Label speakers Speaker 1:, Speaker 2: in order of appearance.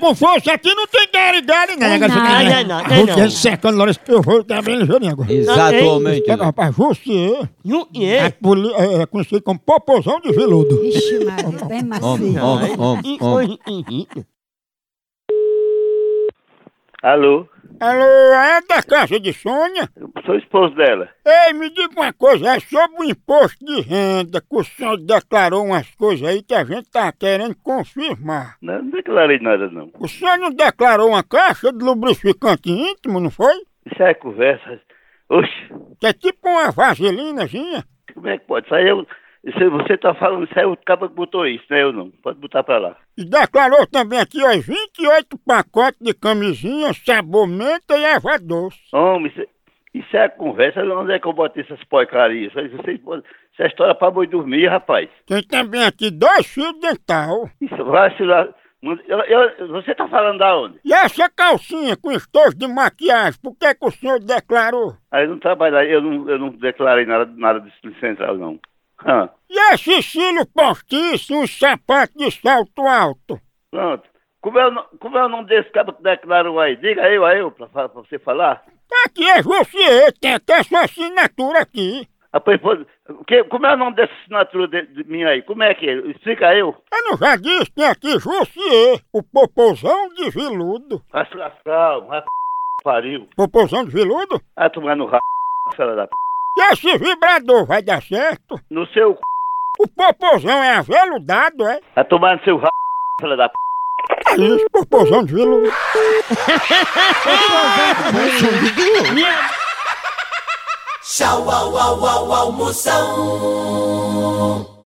Speaker 1: com força, aqui não tem gare-gare, não.
Speaker 2: Tem
Speaker 1: Agora
Speaker 2: não,
Speaker 1: fica,
Speaker 2: tem
Speaker 1: né?
Speaker 2: não, tem
Speaker 1: Vou
Speaker 2: não.
Speaker 1: cercando Lourenço, que tá eu vou dar bem ligeirinho agora.
Speaker 3: Exatamente.
Speaker 1: Pega, rapaz, você
Speaker 2: Não,
Speaker 1: é,
Speaker 2: é.
Speaker 1: poli- é, é conhecido como popozão de veludo.
Speaker 4: Vixe, Maria, bem
Speaker 3: Homem,
Speaker 4: macio.
Speaker 3: homem, homem, homem.
Speaker 2: Homem.
Speaker 5: Alô,
Speaker 1: Alô, é da casa de Sônia?
Speaker 5: eu sou esposo dela.
Speaker 1: Ei, me diga uma coisa, é sobre o imposto de renda, que o senhor declarou umas coisas aí que a gente tá querendo confirmar.
Speaker 5: Não, não declarei nada, não.
Speaker 1: O senhor não declarou uma caixa de lubrificante íntimo, não foi?
Speaker 5: Isso é conversa. Oxe,
Speaker 1: Que é tipo uma vaselinazinha.
Speaker 5: como é que pode? Isso aí é o- se você tá falando, isso aí é o cara que botou isso, não é eu não. Pode botar pra lá.
Speaker 1: E declarou também aqui, ó, 28 pacotes de camisinha, sabor menta e erva doce.
Speaker 5: Homem, isso, isso é conversa. Onde é que eu botei essas porcarias? Isso, aí, vocês podem- isso é história pra boi dormir, rapaz.
Speaker 1: Tem também aqui dois fios dental.
Speaker 5: Isso vai se lá. não- eu- eu- você tá falando da onde?
Speaker 1: E essa calcinha com estojo de maquiagem, por que, que o senhor declarou?
Speaker 5: Aí eu não trabalhei, eu não, eu não declarei nada, nada disso no central, não. Hã,
Speaker 1: E esse cílio postiço, um sapato de salto alto?
Speaker 5: pronto. Como é, o, no- como é o nome desse cara que declarou aí? Diga eu, aí eu, pra, fa- pra você falar.
Speaker 1: Aqui é você, tem até sua assinatura aqui.
Speaker 5: Ah, pois, pois, que, como é o nome dessa assinatura de, de minha aí? Como é que é? Explica aí, eu.
Speaker 1: Eu não já disse, tem aqui Jussier, o popozão de viludo.
Speaker 5: Vai se lascar, vai p... um pariu.
Speaker 1: Popozão de viludo?
Speaker 5: Vai tomar no r... fela da p...
Speaker 1: E esse vibrador vai dar certo?
Speaker 5: No seu c...
Speaker 1: O popozão é aveludado, é?
Speaker 5: Vai tomar no seu r... fela da p...
Speaker 1: É isso, popozão de viludo.
Speaker 6: Tchau, au, au, au, almoção.